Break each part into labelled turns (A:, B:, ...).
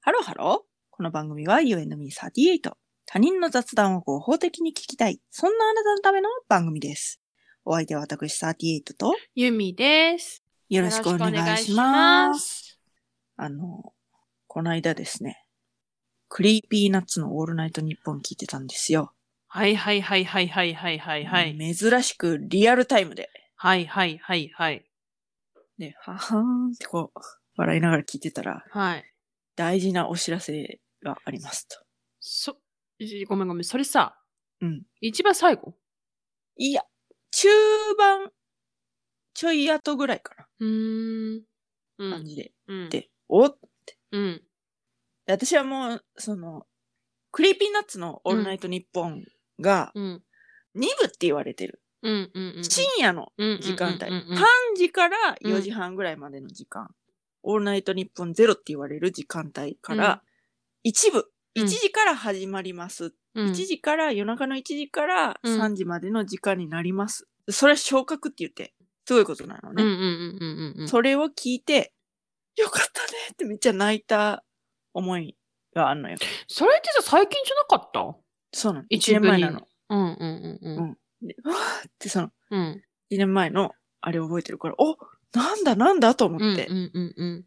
A: ハロー。この番組は UNME38。他人の雑談を合法的に聞きたい。そんなあなたのための番組です。お相手は私38と
B: ゆみです。
A: よろしくお願いします。あの、この間ですね、クリーピーナッツのオールナイトニッポン聞いてたんですよ。
B: はいはいはいはいはいはいはいはい。
A: 珍しくリアルタイムで。
B: はいはいはいはい。
A: で、ははーんってこう、笑いながら聞いてたら、
B: はい。
A: 大事なお知らせがありますと。
B: そ、じごめんごめん。それさ、
A: うん。
B: 一番最後
A: いや、中盤、ちょい後ぐらいか
B: うーん。う
A: な感
B: ん。
A: じで。
B: うん。
A: で、おっ
B: うん。
A: で私はもう、その、クリーピーナッツのオールナイトニッポンが、
B: うん。
A: 2部って言われてる。
B: うん。うん。うん。
A: 深夜の
B: うん
A: 時間帯。
B: うんうんうんうん
A: 3時から4時半ぐらいまでの時間。オールナイトニッポンゼロって言われる時間帯から、一部、
B: うん
A: 1時から始まります。
B: うん
A: 1時から、夜中の1時から
B: うん
A: 3時までの時間になります。それは昇格って言って、すごいことなの
B: うん。う
A: ね。
B: んうんうんうんうん。
A: それを聞いて、よかったねってめっちゃ泣いた思いがあんのよ。
B: それってさ、最近じゃなかった
A: そうなの。
B: 一
A: 1
B: 部
A: 年
B: に
A: 前なの。
B: うんうんうんうん。
A: でわーってその、
B: うん。
A: 1年前のあれを覚えてるから、おなんだなんだと思
B: う
A: っ
B: んうん
A: て。
B: うんうん。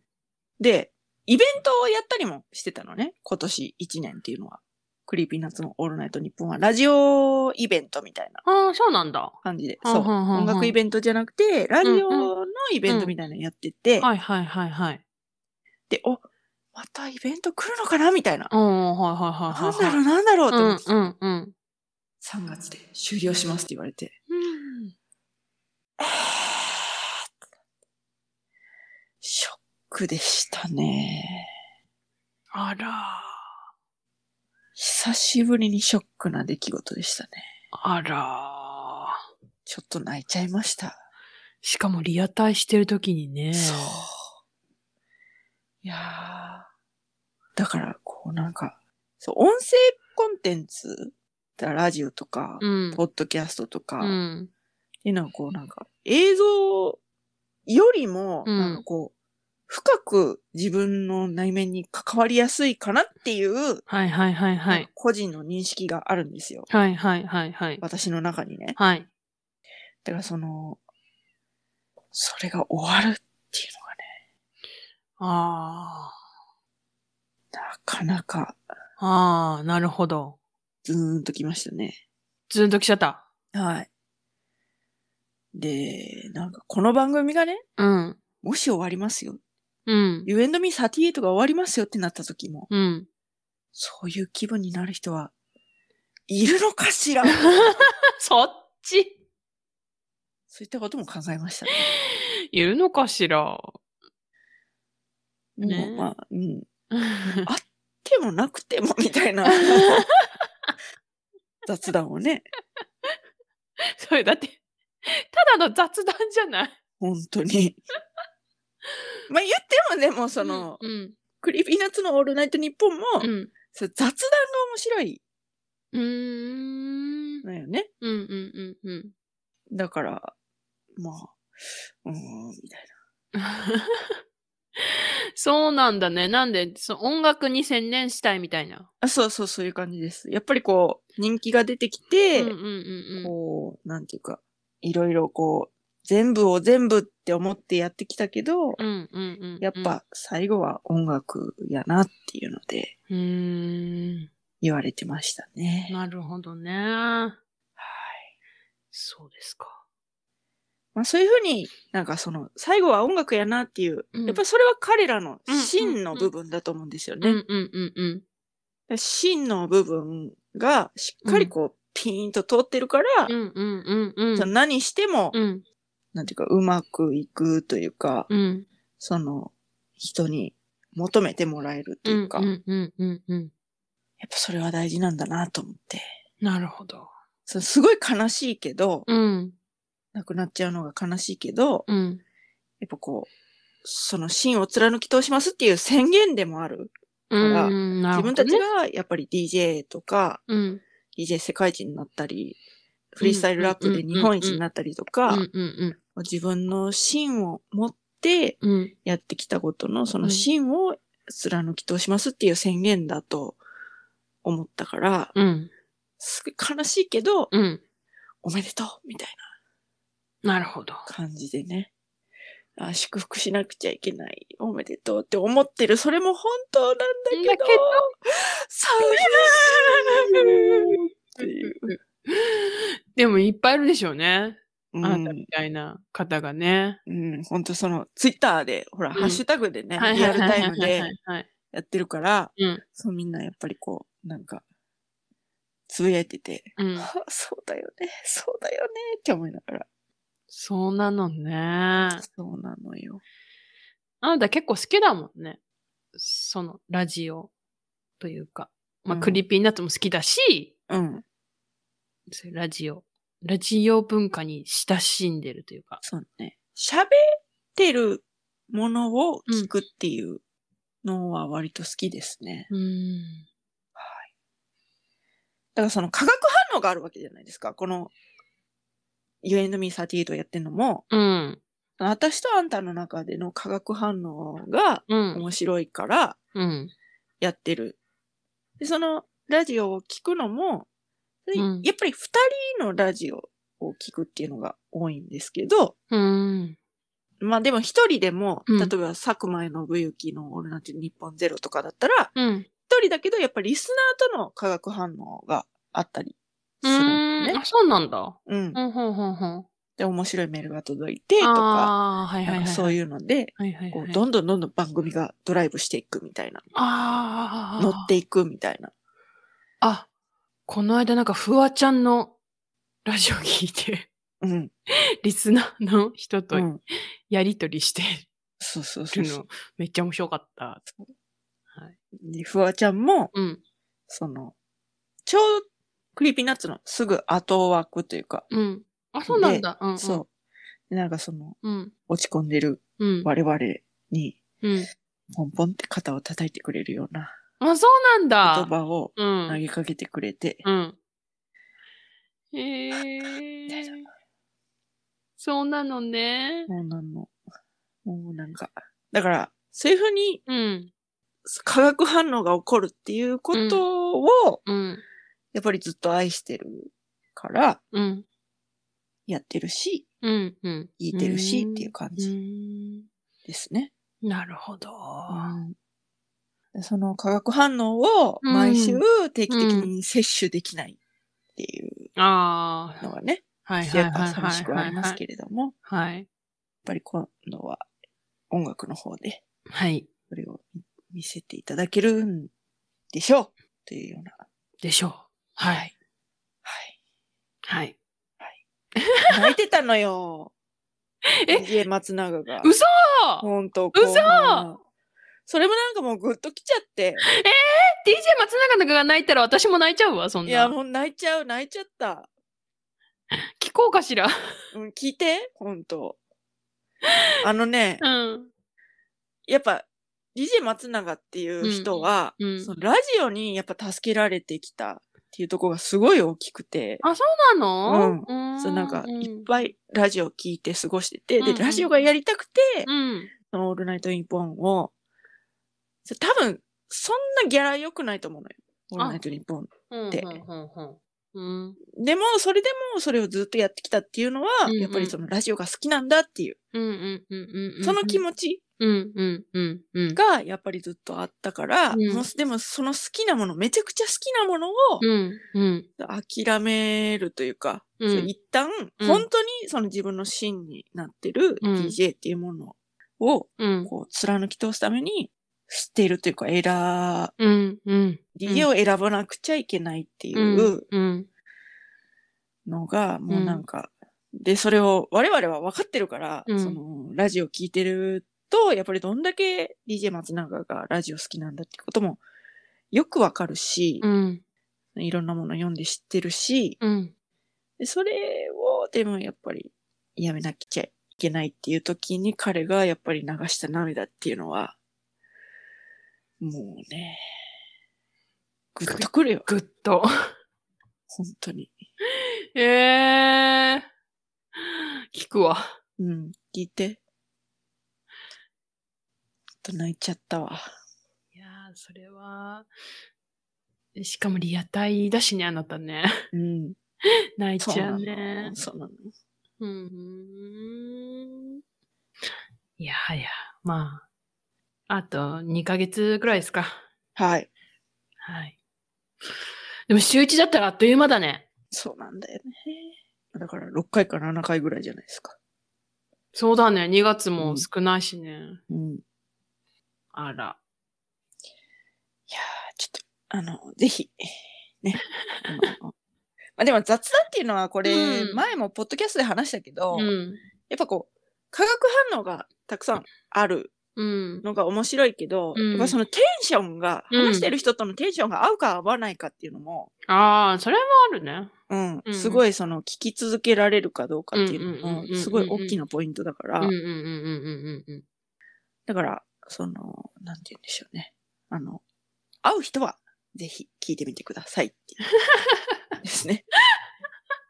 A: で、イベントをやったりもしてたのね。今年1年っていうのは。クリーピーナッツのオールナイトニッポンはラジオイベントみたいな
B: ああ、そうなんだ。は
A: 感じで。
B: うん
A: そう。
B: うんうんうん
A: 音楽イベントじゃなくて、ラジオのイベントみたいなのやってて、
B: いはいはいはい。
A: で、お、またイベント来るのかなみたいな。
B: うん、はいはいはいはい
A: な
B: は
A: んだ
B: い。
A: ろうなんだろうと思って、
B: うんうんうん。
A: 3月で終了しますって言われて。
B: うん
A: ショックでしたね。
B: あら
A: 久しぶりにショックな出来事でしたね。
B: ー、あらー。
A: ちょっと泣いちゃいました。
B: しかもリアタイしてる時にね。
A: そう。いやーだから、こうなんか、そう、音声コンテンツ、だからラジオとか、
B: うん。
A: ポッドキャストとか、
B: う
A: っ
B: ん。
A: ていうのはこうなんか、映像よりも、
B: うん
A: なんかこう、深く自分の内面に関わりやすいかなっていう、
B: はいはいはいは
A: なん
B: い
A: か。個人の認識があるんですよ。
B: はいはいはいはい。
A: 私の中にね。
B: はい。
A: だからその、それが終わるっていうのがね、
B: あ
A: なかなか
B: あ。ああ、なるほど。
A: ズーンときましたね。
B: ずんときちゃった。
A: はい。で、なんかこの番組がね、
B: うん。
A: もし終わりますよ。
B: うん。
A: You and me38 が終わりますよってなった時も、
B: うん。
A: そういう気分になる人は、いるのか しら
B: そっち
A: そういったことも考えましたね。
B: いるのかし ら
A: もう
B: ね
A: まあ、うん。でもなくてもみたい な雑談をね、
B: それだって、ただの雑談じゃない
A: 本当に。 まあ言ってもでもその、
B: うん。
A: クリーピーナッツのオールナイトニッポンも、
B: うん。
A: そう雑談が面白い
B: うん。うーん。
A: のよね。
B: うんうんうんうん。
A: だから、まあ、うーん、みたい
B: そうなんだね。なんで、そ音楽に専念したいみたいな。
A: な。あそうそう、そういう感じです。やっぱりこう、人気が出てきて、
B: うんうんうんうん。
A: こう、なんていうか、いろいろこう、全部を全部って思ってやってきたけど、
B: うんうんうんうん。
A: やっ。ぱ最後は音楽やなっていうので
B: うーん。
A: 言われてましたね。
B: なるほどね。
A: はい。
B: そうですか。
A: まあそういうふうになんかその最後は音楽やなっていう、
B: うん
A: やっぱりそれは彼らの真の部分だと思うんですよね。
B: うんうんうんうん。
A: 芯の部分がしっかりこう、ピーンと通ってるから、
B: うんうんうんうん。
A: その何しても、
B: うん
A: なんていうか、うまくいくというか、
B: うん。
A: その、人に求めてもらえると
B: う
A: いうんか、
B: う
A: やっ
B: んうんうんうん。
A: ぱそれは大事なんだなと思って。
B: なるほど。
A: そのすごい悲しいけど、
B: うん
A: 亡くなっちゃうのが悲しいけど、
B: うん。
A: やっぱこう、その芯を貫き通しますっていう宣言でもある。ら
B: うん
A: 自
B: なるほ
A: 分た
B: どね
A: ちがやっぱり DJ とか、
B: うん。
A: DJ 世界一になったり、フリースタイルラップで日本一になったりとか、
B: うんうん
A: 自分の芯を持って
B: うん。うん
A: やってきたことのその
B: うん
A: 芯を貫き通しますっていう宣言だと思ったから、
B: うん。
A: すごい悲しいけど、
B: うん。
A: おめでとうみたい
B: なるほど。
A: な感じでね。あ祝福しなくちゃいけない。おめでとうって思ってる。それも本当なんだけど。
B: だけど
A: 寂しいっていう。
B: でもいっぱいいるでし ょうね。
A: う
B: あなたみたいな方 がね。
A: ん、うん、本当その、ツイッターで、ほら、
B: ん
A: ハッシュタグでね、
B: はい
A: リ
B: は
A: ア
B: い
A: ル
B: は
A: タ
B: い
A: イ
B: は
A: ム
B: い
A: で
B: はいはい。
A: やってるから、
B: うん。
A: そうみんなやっぱりこう、なんか、つぶやいてて、
B: うん。
A: あそうだよね、そうだよねって思いながら。
B: そうなのね。あ
A: そうなのよ。
B: なた結構好きだもんね。そのラジオというか。まあ、
A: うん
B: クリーピーナッツも好きだし、
A: うん、
B: そういうラジオ。ラジオ文化に親しんでるというか。
A: そうね。喋ってるものを聞くっていうのは割と好きですね。
B: うん。
A: だからその化学反応があるわけじゃないですか。この、You and me38 やってるのも、
B: うん。
A: 私とあんたの中での化学反応が
B: うん。
A: 面白いから
B: うん。
A: やってる。で、そのラジオを聞くのも、で
B: うん
A: やっぱり二人のラジオを聞くっていうのが多いんですけど、
B: うん。
A: まあでも一人でも、
B: うん
A: 例えば佐久間信之のオールナイト日本ゼロとかだったら、
B: うん。
A: 一人だけどやっぱりリスナーとの化学反応があったりするんだ
B: う
A: よ
B: ん。
A: ね。
B: あ、そうなんだ。
A: うん。
B: うん、ほんほんほん。
A: で、面白いメールが届いてとか、
B: ああ、はいは
A: な
B: いは
A: ん
B: い。
A: かそう
B: う。
A: いうので、
B: はいはい
A: こ
B: は
A: う
B: い。
A: どんどんどんどん番組がドライブしていくみたいな。
B: ああ。
A: 乗っていくみたいな。
B: あ、この間なんかフワちゃんのラジオ聞いて、
A: うん。
B: リスナーの人と
A: うん。
B: やりとりして
A: そうそうそう
B: る
A: そ
B: の、めっちゃ面白かった。
A: う。で、フワちゃんも、
B: うん、
A: その、ちょうどクリーピーナッツのすぐ後枠というか、
B: うん。あ、そうなんだ。うん、
A: そう。でなんかその、
B: うん。
A: 落ち込んでる
B: うん。
A: 我々に、
B: うん。
A: ポンポンって肩を叩いてくれるような
B: あ、そうなん
A: 言
B: だ。
A: 葉を
B: う
A: 投
B: ん。
A: げかけてくれて、
B: うん。へえ
A: 大丈。
B: そうなのね。
A: もうなんの、もうなんか、だから、そういうふうに
B: うん。
A: 化学反応が起こるっていうことを、
B: うん。
A: やっぱりずっと愛してるから、
B: うん。
A: やってるし、
B: うん。うん。
A: 聞いてるしっていう感
B: う
A: じ
B: ん
A: ですね。
B: なるほど。
A: でその化学反応を
B: うん
A: 毎週定期的に摂取できないっていう
B: ああ。
A: のがね、
B: はいはい
A: や
B: は
A: っ
B: い
A: ぱ
B: はいは
A: 寂
B: い
A: しくはありますけれども、やっ
B: はい。
A: ぱり今度は音楽の方で
B: はい。
A: それを見せていただけるんでしょうというような。
B: でしょう。はい。
A: はい。
B: はい。
A: 泣いてたのよ。
B: え
A: DJ 松永が。
B: 嘘
A: ほんと。
B: 嘘
A: 後半それもなんかもうグッときちゃって。
B: !DJ 松永のが泣いたら私も泣いちゃうわ、そん
A: いや、
B: な。
A: もう泣いちゃう、泣いちゃった。
B: 聞 こうかしら。
A: うん、聞いて、ほんと。あの ね、
B: うん。
A: やっぱ、DJ 松永っていう人は、
B: うんうん
A: そのラジオにやっぱ助けられてきたっていうところがすごい大きくて、
B: あ、そうなのうーん
A: そうなんか
B: う
A: いっ
B: ん。
A: ぱいラジオ聞いて過ごしてて、
B: うん
A: で、
B: うん
A: ラジオがやりたくて、
B: うん。
A: そのオールナイトニッポンを、そう多分、そんなギャラ良くないと思うのよ。オールナイトニッポン。
B: うん。
A: で
B: うん。
A: でも、それでもそれをずっとやってきたっていうのは、
B: うんうん
A: やっぱりそのラジオが好きなんだっていう、
B: うん。うん。うん。うん。
A: その気
B: 持ち。
A: 持ち
B: うん。うん。うん。うん。
A: がやっぱりずっとあったから、
B: うん
A: もうでもその好きなもの、めちゃくちゃ好きなものを
B: うん。うん。
A: 諦めるというか、
B: うん
A: そう一旦、
B: うん
A: 本当にその自分の芯になってる
B: うん
A: DJ っていうものを、
B: うん。
A: こう、貫き通すために、捨てるというか、選、
B: うん。うん。
A: DJ を選ばなくちゃいけないってい
B: うん。
A: う
B: うん。
A: のが、もうなんか、で、それを我々は分かってるから、
B: うん
A: その、ラジオ聞いてると、やっぱりどんだけ DJ 松永がラジオ好きなんだっていうことも、よくわかるし、
B: うん。
A: いろんなもの読んで知ってるし、
B: うん。
A: でそれを、でもやっぱり、やめなきゃいけないっていう時に彼がやっぱり流した涙っていうのは、もうね、ぐっとくるよ、
B: ぐっと。
A: 本当に。
B: ええ。聞くわ。
A: うん、聞いて。ちょっと泣いちゃったわ。
B: あ、それは、しかもリアタイだしね、あなたね。
A: うん。
B: 泣い
A: そう
B: ち
A: な
B: ゃうね
A: の。。そうなの。
B: うーん。いやはや、まあ、あと2ヶ月ぐらいですか。
A: はい。
B: はい。でも週1だったらあっという間だね。
A: そうなんだよね。だから6回か7回ぐらいじゃないですか。
B: そうだね。2月
A: う
B: も
A: ん
B: 少ないしね。
A: うん。
B: あら。
A: いやー、ちょっと、あの、ぜひ、ね。あの まあでも雑談っていうのはこれ、
B: うん
A: 前もポッドキャストで話したけど、
B: うん。
A: やっぱこう、化学反応がたくさんある
B: うん。
A: のが面白いけど、
B: うん
A: やっぱそのテンションが、
B: うん
A: 話してる人とのテンションが合うか合わないかっていうのも、
B: ああ、それもあるね。
A: うん、
B: うん
A: すごいその聞き続けられるかどうかっていうの
B: うんうんうんうん
A: も
B: うんう、ん
A: すごい大きなポイントだか
B: う
A: ら、
B: んうんうんうんうんうん。
A: だから、その、なんて言うんでしょうね。あの、会う人は、ぜひ聞いてみてくださいっていう。ですね。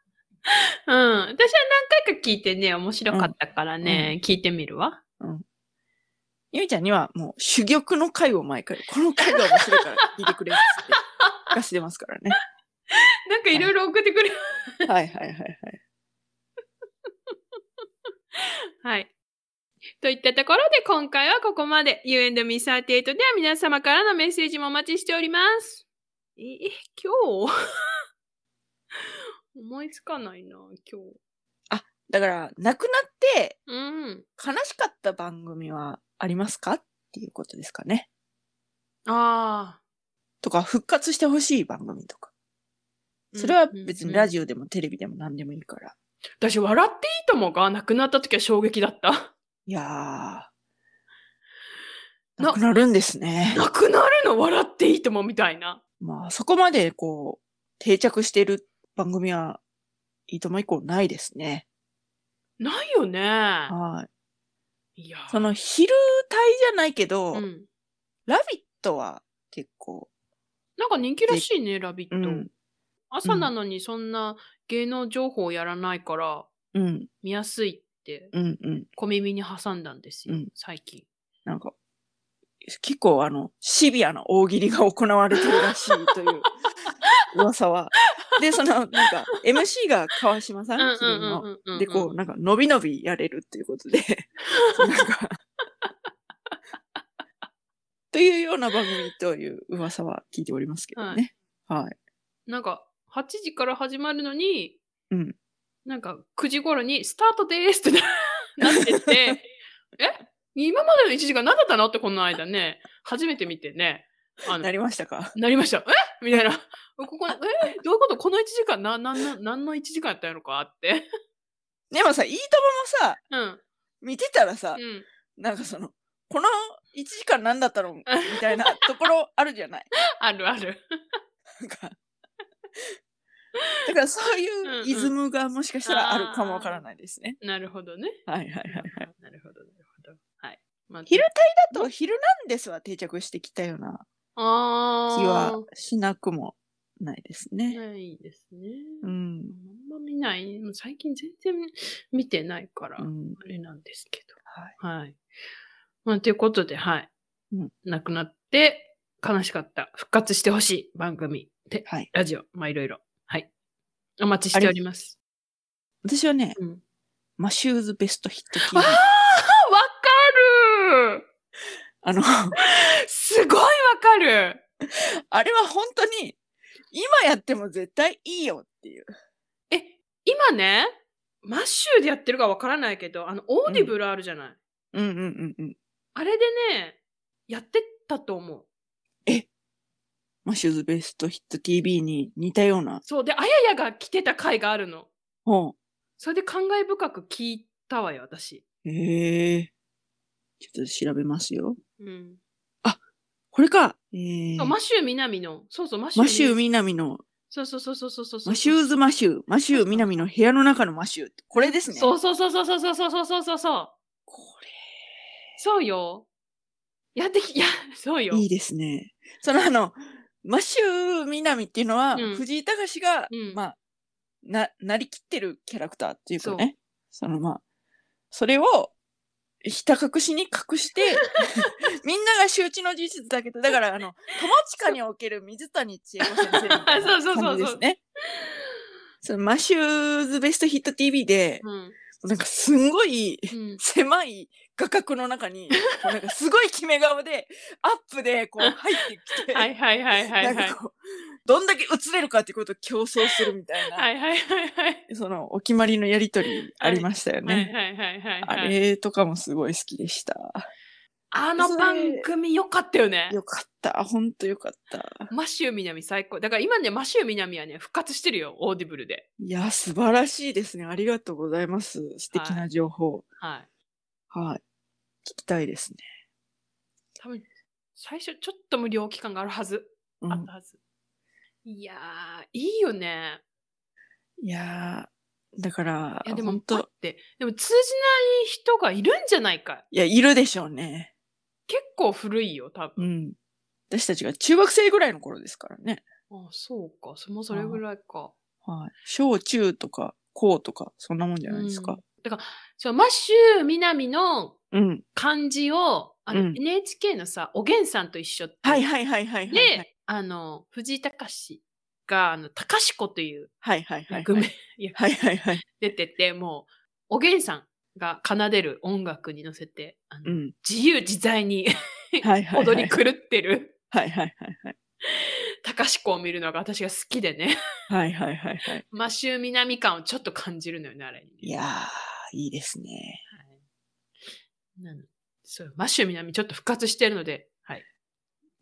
B: うん。私は何回か聞いてね、面白かったからね、聞いてみるわ。
A: ゆみちゃんにはもう珠玉の回を毎回、この回が面白いから聞いてくれっつって、聞かせてますから ね。
B: なんかいろいろ送ってくれる。
A: はいはいはいはい。
B: はい。といったところで今回はここまで。You and me38 では皆様からのメッセージもお待ちしております。えー、今日 思いつかないな、今日。
A: だから、亡くなって
B: うん。
A: 悲しかった番組はありますかっていうことですかね。
B: ああ。
A: とか、復活してほしい番組とか。それは別にラ
B: ジ
A: ジオでもテレビでも何でもいいから。
B: オ。私、笑っていいともが亡くなった時は衝撃だった。
A: いやー。
B: な
A: 亡くなるんですね。
B: 亡くなるの笑っていいともみたいな。
A: まあ、そこまでこう、定着してる番組は、いいとも以降ないですね。
B: ないよね。
A: はい。
B: いや。
A: その、昼帯じゃないけど、
B: うん。
A: ラビットは結構、
B: なんか人気らしいね、ラビット。
A: うん、
B: 朝なのにそんな芸能情報やらないから
A: うん、
B: 見やすいって
A: うん、うん。
B: 小耳に挟んだんですよ、
A: うん
B: 最近。
A: なんか、結構あの、シビアな大喜利が行われてるらしいという 噂は。で、その、なんか、MC が川島さ、
B: うんん
A: キリンの
B: うんうんうん
A: で、こう、なんか、伸び伸びやれるっていうこと で、なんか、というような番組という噂は聞いておりますけどね。はい。
B: なんか8時から始まるのに、
A: うん
B: なんか9時頃にスタートでーすってな ってて、え今までの1時間何だったのってこの間ね、初めて見てね、あの
A: なりましたか
B: なりました。えみたいな。 ここ、えどういうことこの1時間な、なんの、なんの1時間やったんやろかって。
A: でもさ、いいとももさ、
B: うん。
A: 見てたらさ
B: う、ん。
A: なんかその、この1時間何だったのみたいなところあるじゃない。
B: あるある。
A: なんか。 だからそう
B: ん
A: いう
B: うん
A: イズムがもしかしたらあるかもわからないですね。
B: なるほどね。
A: はいはいはいはい。
B: なるほど、なるほど。はい。まあ、
A: 昼帯だと、ヒルナンデスは定着してきたような
B: あー
A: 気はしなくもないですね。
B: ないですね。
A: う
B: あ
A: ん。
B: んま見ない。もう最近全然見てないから、
A: う
B: あ
A: ん。
B: れなんですけ
A: はい。
B: ど。はい。まあ、ということで、はい。
A: うん
B: 亡くなって、悲しかった。復活してほしい番組。で、
A: はい。
B: ラジオ。まあ、いろいろ。はい。お待ちしております。
A: 私はね、
B: うん。
A: マシューズベストヒット
B: あ
A: TV
B: ーわ。かる
A: あの、
B: すごいわかる
A: あれは本当に、今やっても絶対いいよっていう。
B: え、今ね、マッシューでやってるかわからないけど、あの、オーディブルあるじゃない。
A: うんうんうんうん。
B: あれでね、やってたと思う。
A: マシューズベストヒット TV に似たような。
B: そう。で、あややが来てた回があるの。
A: ほ
B: それで感慨深く聞いたわよ、私。
A: う。へえ。ちょっと調べますよ。
B: うん。
A: これか。えー、
B: そうマッシュー南の。そうそう、マッシュ
A: マシュー
B: 南。
A: 南の、
B: そうそうそうそうそうそう。
A: マシューズマシュー、マシュー南の部屋の中のマシューって。これですね。
B: そうそうそうそうそうそうそうそうそうそう。
A: こ
B: そうよ。やってき、いや、そうよ。
A: れ。いいですね。そのあの、マシュー南っていうのは、
B: うん
A: 藤井隆が、
B: うん
A: まあ、な、なりきってるキャラクターっていうかね。そのまあ、それを、ひた隠しに隠して、 みんなが周知の事実だけど、だから、あの、友近における水谷千恵子先生みたい
B: そうそうそ
A: な
B: うそう
A: 感じですね。そのマシューズベストヒット TV で、
B: うん。
A: なんかすんごい
B: うん。
A: 狭い画角の中 に、なんかすごい決め顔で、アップでこう入ってきて、
B: はいはいはいはいは
A: ないん。かこう、どんだけ映れるかってことを競争するみたいな、
B: はいはいはいはい。
A: そのお決まりのやりとりありましたよね。
B: はいはいはいはい
A: あ
B: はい。
A: れとかもすごい好きでした。
B: あの番組よかったよね。
A: よかった。ほんとよかった。
B: マシュー・ミナミ最高。だから今ね、マシュー・ミナミはね、復活してるよ、オーディブルで。
A: いや、素晴らしいですね。ありがとうございます。素敵な情報。
B: はい。
A: はい。聞きたいですね。
B: 多分、最初ちょっと無料期間があるはず。
A: う
B: あっ
A: ん
B: たはず。いやー、いいよね。
A: いやー、だから、
B: いや、で
A: ほ
B: も、
A: ん
B: 待
A: と、
B: って。でも通じない人がいるんじゃないか。
A: いや、いるでしょうね。
B: 結構古いよ、多分。
A: うん。私たちが中学生ぐらいの頃ですからね。
B: あ、そうか。そもそれぐらいか。
A: はい。小中とか、高とか、そんなもんじゃないですか。
B: だから、ちょマッシュ・ミナミの
A: うん。
B: 漢字を、あの、
A: うん
B: NHK のさ、おげんさんと一緒って。
A: はいはいはいはいはい。はい
B: で、あの、藤井隆が、あの、隆子という
A: はいはいはい。
B: 役名、いや
A: はいはいはい。
B: 出てて、もう、おげんさんが奏でる音楽に乗せて、あの
A: うん。
B: 自由自在に
A: はいはいはい。
B: 踊り狂ってる
A: はいはいはいはい。
B: 隆子を見るのが私が好きでね、
A: はいはいはいはい。
B: マシュー南感をちょっと感じるのよね、あれにね。
A: いやー、いいですね。
B: はいなのそう、マシュー南ちょっと復活してるので、はい。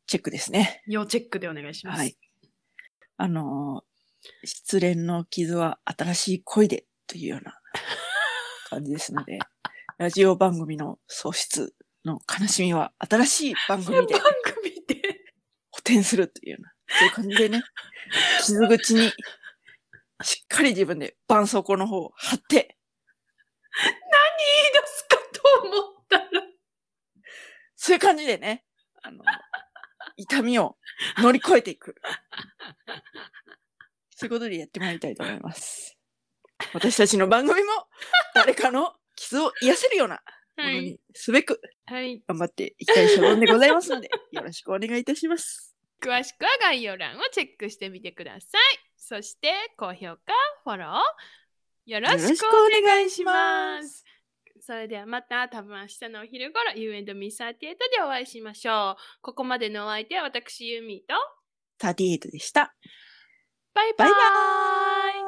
A: チェックですね。
B: 要チェックでお願いします。
A: はい。あのー失恋の傷は新しい恋でというような感じですの で、ラジオ番組の喪失の悲しみは新しい番
B: 番
A: 組で
B: 組で、
A: 補填するというような、そういう感じでね、傷口にしっかり自分で絆創膏の方を貼って、
B: いいですかと思ったら、
A: そういう感じでね、あの、痛みを乗り越えていく。そういうことでやってまいりたいと思います。私たちの番組も誰かの傷を癒せるようなものにすべく
B: はい。
A: 頑張っていきたい所存でございますので、よろしくお願いいたします。
B: 詳しくは概要欄をチェックしてみてください。そして、高評価、フォロー、よろしくお願いします。それではまた多分明日のお昼頃 You and me38 でお会いしましょう。ここまでのお相手は私ユーミーと
A: 38でした。
B: バイバー
A: バイ
B: イ
A: バーイ